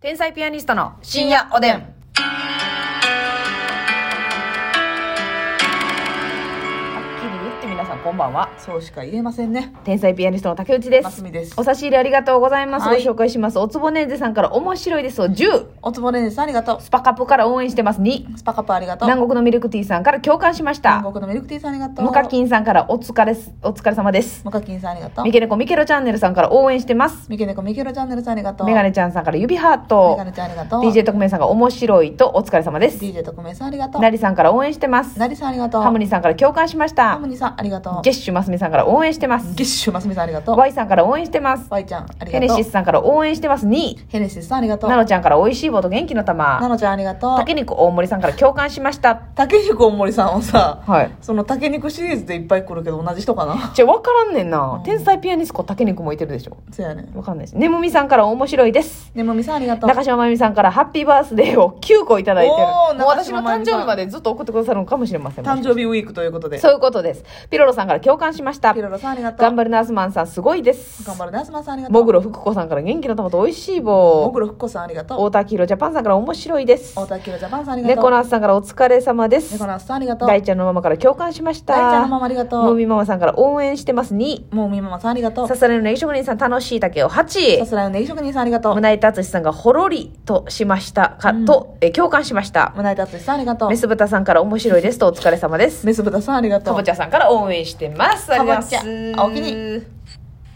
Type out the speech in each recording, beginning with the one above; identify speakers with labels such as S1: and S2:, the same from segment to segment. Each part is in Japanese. S1: 天才ピアニストの深夜おでん。はっきり言って皆さんこんばんは。
S2: そうしか言えませんね。
S1: 天才ピアニストの竹内です。
S2: ますみです
S1: お差し入れありがとうございます。
S2: はい
S1: ご紹介します。おつぼねんぜさんから面白いですを10。
S2: おつぼねです。ありがと
S1: スパカップから応援してます2。
S2: う。スパカップありがとう。
S1: 南国のミルクティーさんから共感しました
S2: 南。国のミルクティーさんありがとう。
S1: ムカキンさんからお疲れす、お疲れ様です。
S2: ムカキンさんありがとう
S1: ミ。ケネコミケロチャンネルさんから応援してます。
S2: ミケネコミケロチャンネルさんありがとう。
S1: メガネちゃんさんから指ハー
S2: メ
S1: ト
S2: ガ。ネちゃんありがとう。
S1: DJ 特命さんが面白いとお疲れ様です。
S2: DJ 特命さんありがとう。
S1: なりさんから応援してます。
S2: なりさんありがとう。
S1: ハムニさんから共感しまし
S2: ハ
S1: た
S2: ム。ニさんありがとう。
S1: ゲッシュマスミさんから応援してます。
S2: ゲッシュマスミさんありがとう。
S1: Y さんから応援してます。
S2: ワイちゃんあり
S1: ヘ
S2: が
S1: ネ
S2: とう
S1: シ。スさんから応援してます。2位。
S2: ヘネシスさんありがとう。
S1: ナ
S2: ナ
S1: ノちゃんから美味しい棒と元気の玉。
S2: ノちゃんありがとう。
S1: 竹肉大森さんから共感しました。
S2: 竹肉大森さんはさ、
S1: はい。
S2: その竹肉シリーズでいっぱい来るけど同じ人かな。
S1: じゃ、わからんねんな
S2: う。ん
S1: 天才ピアニスコ竹肉もいてるでしょ。
S2: そうやね。
S1: わかんないし。ねむみさんから面白いです。
S2: ねもみさんありがとう。
S1: 中島まゆみさんからハッピーバースデーを9個いただいてる。
S2: おー
S1: もう私の
S2: 中島まゆ
S1: 誕
S2: みさん
S1: 生日までずっと送ってくださるのかもしれません。
S2: 誕生日ウィークということで。
S1: そういうことです。ピロロさんから共感しました
S2: ピ。ロロさんありがとう。
S1: 頑張るナースマンさんすごいです。
S2: 頑張るナスマさんありがとう。
S1: もぐろふくこさんから元気の玉と美味しい
S2: も
S1: 棒。
S2: ぐろふっこさんありがとう。
S1: 太田黄色ジャパンさんから面白いです。
S2: 大田キロジャパンさんありがとう。
S1: 猫ナースさんからお疲れ様で
S2: ネ
S1: す
S2: コ。ナスさんありがとう。
S1: 大ちゃんのママから共感しました。
S2: 大ちゃんのママありがと
S1: も
S2: う。
S1: みママさんから応援してますに。
S2: もうみママさんありがとう。
S1: さすらいのネギ職人さん楽しい竹を
S2: さ
S1: 8。
S2: すらいのネギ職人さんありがとう。
S1: 胸板敦さんがほろりとしましたか、
S2: うん
S1: と、えー共感しました。
S2: 胸板つさんありがとう
S1: メ。ス豚さんから面白いですとお疲れ様です。
S2: メスブタさんありがと
S1: か
S2: う。
S1: ぼちゃさんから応援してます。ありがとうございます。
S2: かぼちゃおおきに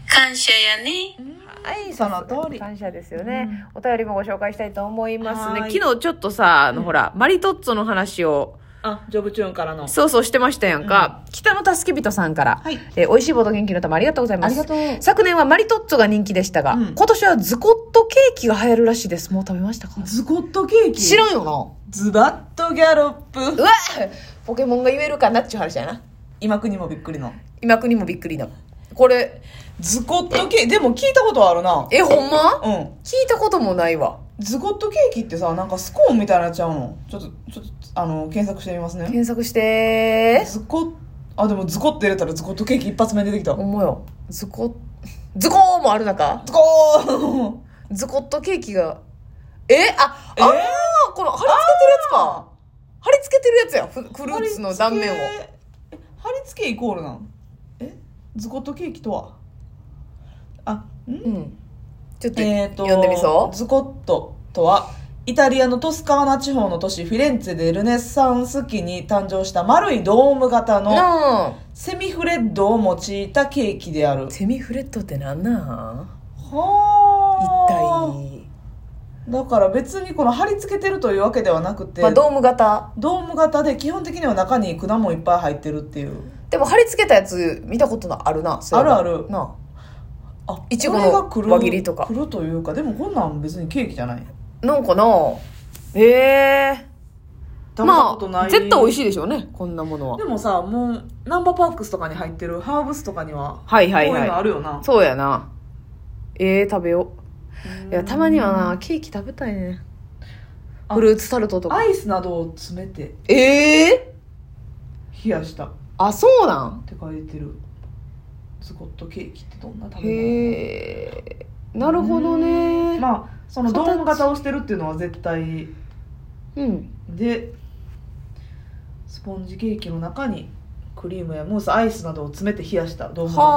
S3: 感謝やね。
S1: はい、
S2: その通り
S1: 感謝ですよね、お便りもご紹介したいと思いますね
S2: は。ーい
S1: 昨日ちょっとさ、あの、ほら、マリトッツォの話を、
S2: あ、ジョブチューンからの。
S1: そうそうしてましたやんか。北の助け人さんから。
S2: はい
S1: えー美味しいボード元気の玉ありがとうございます。
S2: ありがとう
S1: 昨年はマリトッツォが人気でしたが、
S2: うん
S1: 今年はズコットケーキが流行るらしいです。もう食べましたか
S2: ズコットケーキ。
S1: 知らんよな。
S2: ズバッとギャロップ
S1: う。わポケモンが言えるかなっちゅう話やな。
S2: 今国もびっくりの。
S1: 今国もびっくりの。これ、
S2: ズコットケーキ。でも聞いたことあるな。
S1: え、ほんま
S2: うん。
S1: 聞いたこともないわ。
S2: ズコットケーキってさ、なんかスコーンみたいになっちゃうの。ちょっと、ちょっと、あの、検索してみますね。
S1: 検索して
S2: ズコッ、あ、でもズコって入れたらズコットケーキ一発目出てきた
S1: ー。ほ。んまよ。ズコ、ズコーもある中、
S2: ズコーン
S1: ズコットケーキが、えあ、
S2: え
S1: あーこの貼り付けてるやつか。貼り付けてるやつや。フフルーツの断面を。
S2: 貼り付け貼り付けイコールなんえズコットケーキとはあん
S1: うん。ちょっと、
S2: えっ、と
S1: 読んでみそう。
S2: ズコットとはイタリアのトスカーナ地方の都市フィレンツェでルネサンス期に誕生した丸いドーム型の
S1: なあ
S2: セミフレッドを用いたケーキである
S1: セミフレットってなんなん
S2: はあ
S1: 一
S2: 一体だから別にこの貼り付けてるというわけではなくて、
S1: 体まあドーム型
S2: ドーム型で基本的には中に果物いっぱい入ってるっていう
S1: でも貼り付けたやつ見たことのあるなそういえば
S2: あるある
S1: な
S2: あ
S1: いちごの
S2: これが来る
S1: 輪切りとか
S2: 来るというかでもこんなん別にケーキじゃない
S1: あなんかなええ
S2: 食べた
S1: ま
S2: ことない、
S1: あ絶対美味し
S2: い
S1: いでしょうねこんなものは
S2: でもさもうナンバーパークスとかに入ってるハーブスとかには
S1: はい
S2: こう
S1: はいいう
S2: のあ
S1: は
S2: るよない
S1: そうやなええ食べよ
S2: う
S1: うんいやたまにはなケーキ食べたいね
S2: あ
S1: フルーツタルトとか
S2: アイスなどを詰めて
S1: ええ
S2: 冷やしたっ
S1: あそうなん
S2: て書いてるズコットケーキってどんな食べ物
S1: へえなるほどね
S2: まあそのドーム型をしてるっていうのは絶対
S1: うん
S2: でスポンジケーキの中にクリームやムースアイスなどを詰めて冷やしたドーム型の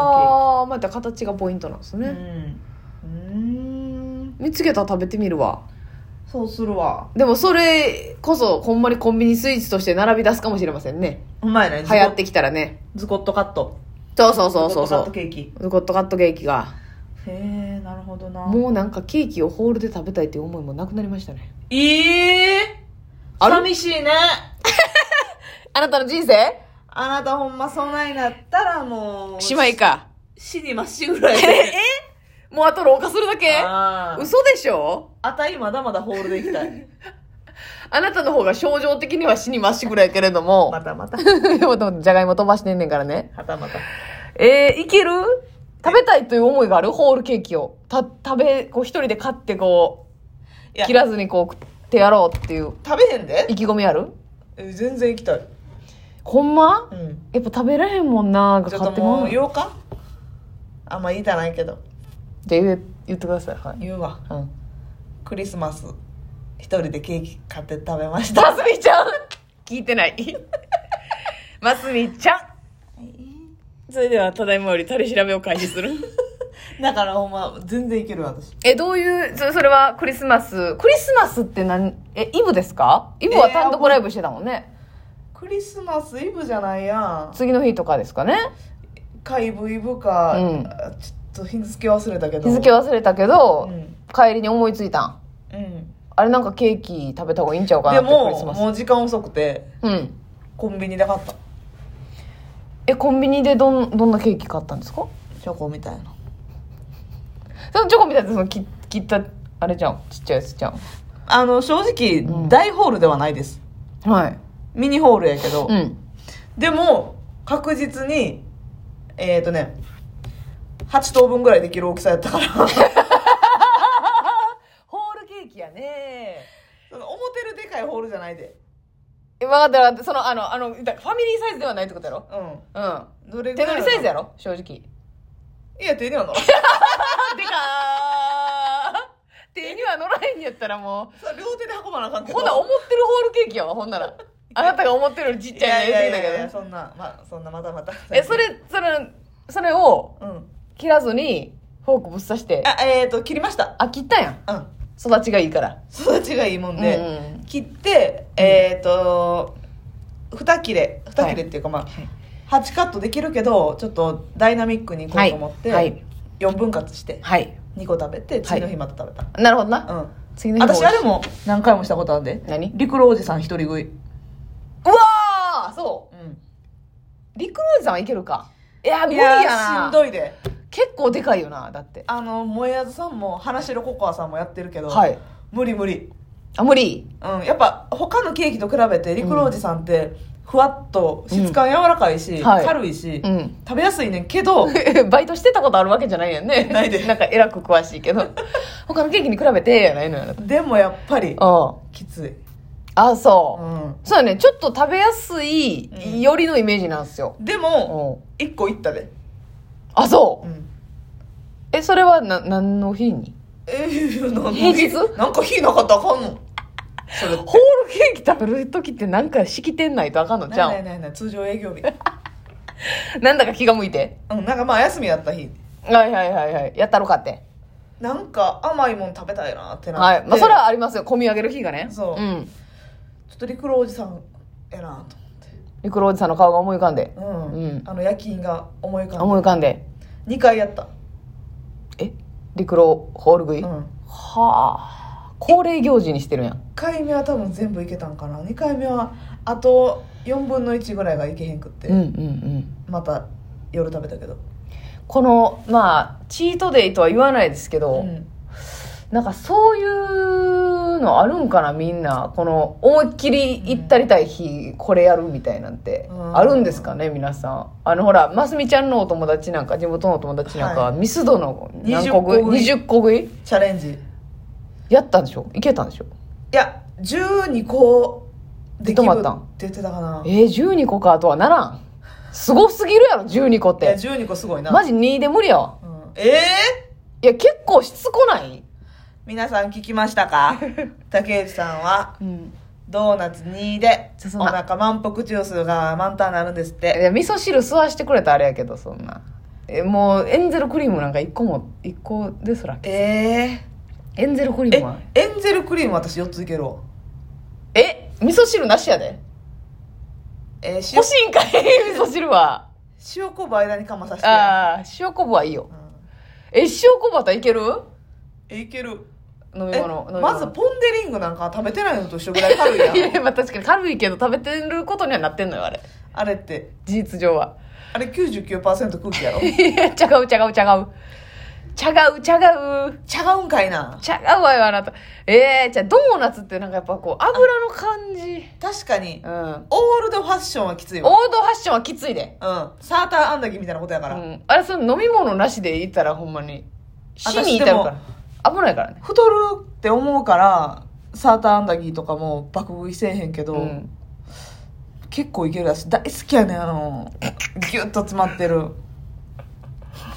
S1: はあまた形がポイントなんです
S2: ケ
S1: ね、
S2: ーキうんうーん
S1: 見つけたら食べてみるわ
S2: そうするわ
S1: でもそれこそほんまにコンビニスイーツとして並び出すかもしれませんね
S2: うまいね
S1: 流行ってきたらね
S2: ズコットカット
S1: そうそうそうそう
S2: ズコ
S1: そ
S2: ットカットケーキ
S1: うゴットカットケーキが
S2: へえなるほどな
S1: もうなんかケーキをホールで食べたいっていう思いもなくなりましたね
S2: ええ
S1: ある
S2: 寂しいね
S1: あなたの人生
S2: あなたほんまそないなったらもう
S1: しまいか
S2: 死にまっしぐらい
S1: え えもうあと老化するだけ
S2: あー
S1: 嘘でしょ
S2: あたいまだまだホールで行き たい
S1: あなたの方が症状的には死にまっしぐらいやけれども
S2: またま た
S1: でもでもじゃがいも飛ばしてんねんからね
S2: はたまた
S1: えー、いける食べたいという思いがあるホールケーキをた食べこう一人で買ってこう
S2: いや
S1: 切らずにこう食ってやろうっていう
S2: 食べへんで
S1: 意気込みある
S2: え全然行きたい
S1: ほんま
S2: うん
S1: やっぱ食べられへんもんな
S2: ち
S1: 買
S2: ょっと
S1: っても
S2: もう
S1: らう
S2: 言おうかあんま言いたないけど
S1: じゃあ言え言ってくださいはい、
S2: 言うわ
S1: うん、
S2: ククリスマス一人でケーキ買って食べました
S1: ますみちゃん聞いてない。 ますみちゃん。それでは、ただいまより取り調べを開始する。
S2: だからほんま全然いける私
S1: え、どういう、そそれはクリスマス。クリスマスって何、え、イブですかイブは単独ライブしてたもんね。
S2: クリスマスイブじゃないやん
S1: 次の日とかですかね。
S2: かイブイブか、
S1: うん
S2: あちょっと日付忘れたけど
S1: 日付忘れたけ
S2: う
S1: ど、
S2: ん、
S1: 帰りに思いついたん。
S2: うん、
S1: あれなんかケーキ食べた方がいいんちゃうかな
S2: で
S1: ってクリス
S2: も
S1: マス。
S2: もう時間遅くて
S1: うん。
S2: コンビニで買った
S1: え、コンビニでどん、どんなケーキ買ったんですか
S2: チョコみたいな
S1: そのチョコみたいなやつその切切った、あれじゃん。ちっちゃいやつじゃん。
S2: あの正直、
S1: うん
S2: 大ホールではないです
S1: はい。
S2: ミニホールやけど、
S1: うん。
S2: でも確実にえっ、ー、とね8等分ぐらいできる大きさやったから
S1: ホールケーキやね
S2: その思ってるでかいホールじゃないで
S1: え、分かった分かった。その、あの、あの、だファミリーサイズではないってことやろ
S2: う
S1: うん。
S2: んどれぐ
S1: 手
S2: ら
S1: 乗
S2: い
S1: りサイズやろ正直。
S2: いや手には乗らん
S1: あ、でかー手には乗らへんやったらも
S2: それ両手で運ばなあかん
S1: う、
S2: けど
S1: ほんなら思ってるホールケーキやわ、ほんなら。あなたが思ってるよりちっ
S2: い
S1: ちゃ
S2: や
S1: い
S2: い
S1: の言っ
S2: やい
S1: て
S2: や
S1: た
S2: いや
S1: けど。
S2: そんなまあそんなまたまた
S1: え、それ、それ、それを
S2: うん
S1: 切らずにフォークぶっ刺して、
S2: あえっ、ー、と切りました
S1: あ、切ったやん。
S2: うん
S1: 育ちがいいから。
S2: 育ちがいいもんで、
S1: うんうん
S2: 切ってえっ、ー、と2切れ2切れっていうかまあ、8カットできるけどちょっとダイナミックにいこうと思って、
S1: はいはい
S2: 4分割して
S1: はい。
S2: 2個食べて次の日また食べた、
S1: なるほどな。次の
S2: うん
S1: 日
S2: 私あれ
S1: う
S2: も何回もしたことあるんで
S1: 何
S2: 陸路おじさん一人食い、
S1: わーそう
S2: うん、
S1: 陸王子さんはいけるかいや無理
S2: いや
S1: や
S2: ー
S1: な
S2: しんどいで
S1: 結構でかいよなだって
S2: あのもえあずさんも花城ココアさんもやってるけど、
S1: はい
S2: 無理無理
S1: あ無理
S2: うん、やっぱ他のケーキと比べて陸老寺さんってふわっと質感柔らかいし、
S1: うんはい
S2: 軽いし、
S1: うん
S2: 食べやすいねんけど
S1: バイトしてたことあるわけじゃないやんね
S2: ないで
S1: なんか偉く詳しいけど 他のケーキに比べてやないのよな
S2: でもやっぱり
S1: あ
S2: きつい、
S1: あそう、
S2: う
S1: そうやねちょっと食べやすい
S2: うん
S1: よりのイメージなんですよ、
S2: ん、でも
S1: うん
S2: 1個いったで、、
S1: あそううんえそれはな何の日に
S2: えー、なんか
S1: 平日
S2: なんか火なかったらあかんのそれ
S1: ホールケーキ食べる時ってなんか式典ないとあかん のじゃ
S2: ないない
S1: ん
S2: ないない通常営業日
S1: なんだか気が向いて
S2: うんなんかまあ休みやった日
S1: はいはいはいはいやったろかって
S2: なんか甘いもん食べたいなってなっ
S1: は
S2: て、
S1: いまあそれはありますよ込み上げる日がね
S2: そうんちょっと陸老寺さんやな
S1: リクロおじさんの顔が思い浮かんで
S2: と、うん
S1: うん
S2: あの夜勤が思い浮かん
S1: 思い浮かんで
S2: で2回やった、
S1: えリクロホール食い、
S2: う
S1: は
S2: ん
S1: あ恒例行事にしてるやん
S2: 1回目は多分全部いけたんかな2回目はあと4分の1ぐらいがいけへんくって、
S1: うんうんうん
S2: また夜食べたけど、
S1: このまあチートデイとは言わないですけど、
S2: うん
S1: なんかそういうのあるんかなみんなこの思いっきり行ったりたい日これやるみたいなんて
S2: うん
S1: あるんですかね皆さんあのほらますみちゃんのお友達なんか地元のお友達なんか、
S2: は
S1: ミスドの何個食い
S2: 20個食い
S1: 20個食い
S2: チャレンジい
S1: やったんでしょいけたんでしょ
S2: や12個でき
S1: 止
S2: る
S1: まったん
S2: って言ってたかな
S1: えー、12個かとはならん。すごすぎるやろ、12個っ
S2: いや
S1: て。
S2: 12個すごいな、
S1: マジ2で無理やわ。
S2: うんええ
S1: いや、結構しつこない
S2: 皆さん聞きまし たか竹内さんは
S1: うん。
S2: ドーナツ2で
S1: そうそ
S2: お
S1: んな
S2: 腹満腹中枢が満タンになるんですっ
S1: い
S2: て
S1: や、味噌汁吸わしてくれたらあれやけど、そんな。え、もう、エンゼルクリームなんか1個も、1個ですら。
S2: え
S1: エンゼルクリ
S2: ー、
S1: ームは
S2: えエンゼルクリーム私4ついけるわ
S1: え、味噌汁なしやで。
S2: えー、塩
S1: 欲しいん かい味噌汁は。
S2: 塩昆布間にかまさせて
S1: ああ、塩昆布はいいよ
S2: う。ん
S1: え、塩昆布だったらいける
S2: えいける
S1: 飲み
S2: え
S1: 物。飲み物
S2: まずポン・デ・リングなんか食べてないのと一緒ぐらい軽い や
S1: いやい
S2: ん
S1: や、まあ確かに軽いけど食べてることにはなってんのよ、あれ。
S2: あれって
S1: 事実上は。
S2: あれ99%空気やろ違
S1: いや、違う違う違う。違う違う。
S2: うんかいな
S1: 違うわよ、あなた。ええじゃあドーナツってなんかやっぱこう、油の感じ。
S2: 確かに
S1: うん。
S2: オールドファッションはきつい
S1: 王
S2: わ
S1: 道ファッションはきついで。
S2: うんサーターアンダギーみたいなことやか
S1: う
S2: ら、
S1: ん。あれ、その飲み物なしでいったらほんまに、死に至るから。危ないからね。
S2: 太るって思うからサーターアンダギーとかも爆食いせえへんけど、
S1: うん。
S2: 結構いけるだし大好きやねんあのギュッと詰まってる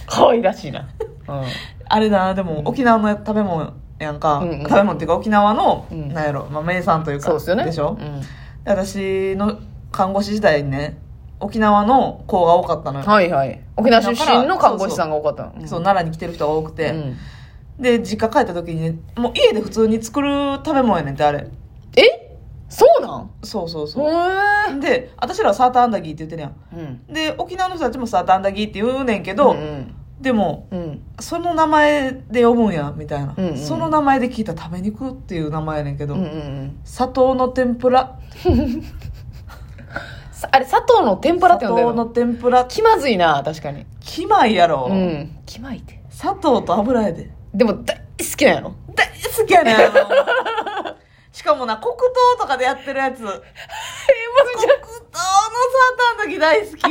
S1: 可愛らしいな。うん。
S2: あれだなでも沖縄の食べ物やんか、
S1: うんうん
S2: 食べ物っていうか沖縄の、
S1: うん
S2: なんやろ、まあ、名産というか
S1: そうですよね。
S2: しょ
S1: う、ん
S2: で私の看護師時代にね沖縄の子が多かったのよ、
S1: はいはい。沖縄出身の看護師さんが多かったの。
S2: そううん奈良に来てる人が多くて、
S1: うん
S2: で実家帰った時にねもう家で普通に作る食べ物やねんってあれ
S1: えそうなん
S2: そうそうそう、
S1: へ
S2: で私らはサーターアンダギーって言ってるやん
S1: え。うん。
S2: で沖縄の人たちもサーターアンダギーって言うねんけど、
S1: うん
S2: でも
S1: うん。うん。
S2: その名前で呼ぶんやみたいな、
S1: うんうん
S2: その名前で聞いたら食べに行くっていう名前やねんけど、
S1: うんうんうん。
S2: 砂糖の天ぷら
S1: さあれ、砂糖の天ぷらっ
S2: 砂
S1: て呼んで
S2: 糖
S1: る
S2: の
S1: の
S2: 天ぷら
S1: 気まずいな、確かに。
S2: キマイやろ、
S1: うん。気まいて。
S2: 砂糖と油やで
S1: でも大好きなんやろ
S2: 大好きやねんしかもな黒糖とかでやってるやつ黒糖
S1: え、
S2: のサーターアンダギー大好き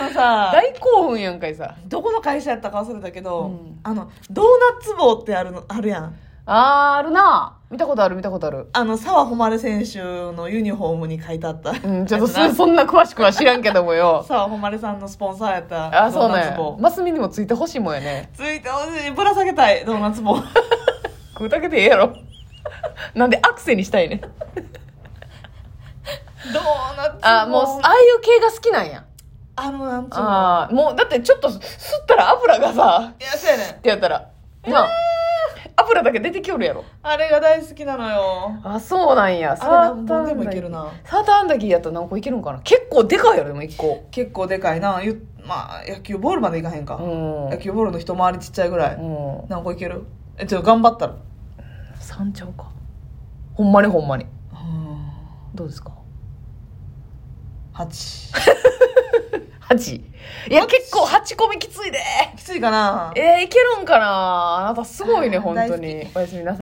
S2: あのさ
S1: 大興奮やんかいさ。
S2: どこの会社やったか忘れたけど、
S1: うん
S2: あのドーナツ棒ってあるのあるやん
S1: あー、あるな見たことある見たことある。
S2: あの澤穂希選手のユニフォームに書いてあった、
S1: うん、ちょっと
S2: やつ
S1: そ
S2: な
S1: そんな詳しくは知らんけどもよ。
S2: 澤穂希さんのスポンサーやった
S1: あ、
S2: ド
S1: そう
S2: ーナツ
S1: ね
S2: 棒。
S1: マスミにもついてほしいもんやね。
S2: ついてほしいぶら下げたいドーナ ツ棒
S1: 食うだけでええやろ。 なんでアクセにしたいねん。
S2: ドーナツ棒
S1: あ、もう、ああいう系が好きなんや。
S2: あのなんつうの
S1: ああ、もう、だってちょっと吸ったら油がさ、
S2: いやそうやねん
S1: ってやったら、なあ、油だけ出てきおるやろ。
S2: あれが大好きなのよ
S1: あ、そうなんや。
S2: あれ何本でもいけるな
S1: サーターアンダギーやったら何個いけるんかな結構でかいやろ、でも1個。
S2: 結構でかいなゆまあ野球ボールまでいかへんか、
S1: うん。
S2: 野球ボールの一回りちっちゃいぐらい、
S1: うん。
S2: 何個いけるえちょっと頑張ったら
S1: 山頂か。ほんまにほんまに。
S2: うん
S1: どうですか
S2: 8
S1: 8いや結構8個目きついで
S2: きついかな
S1: えー、いけるんかなあなたすごいね
S2: あー
S1: 本当
S2: 大
S1: におやすみなさい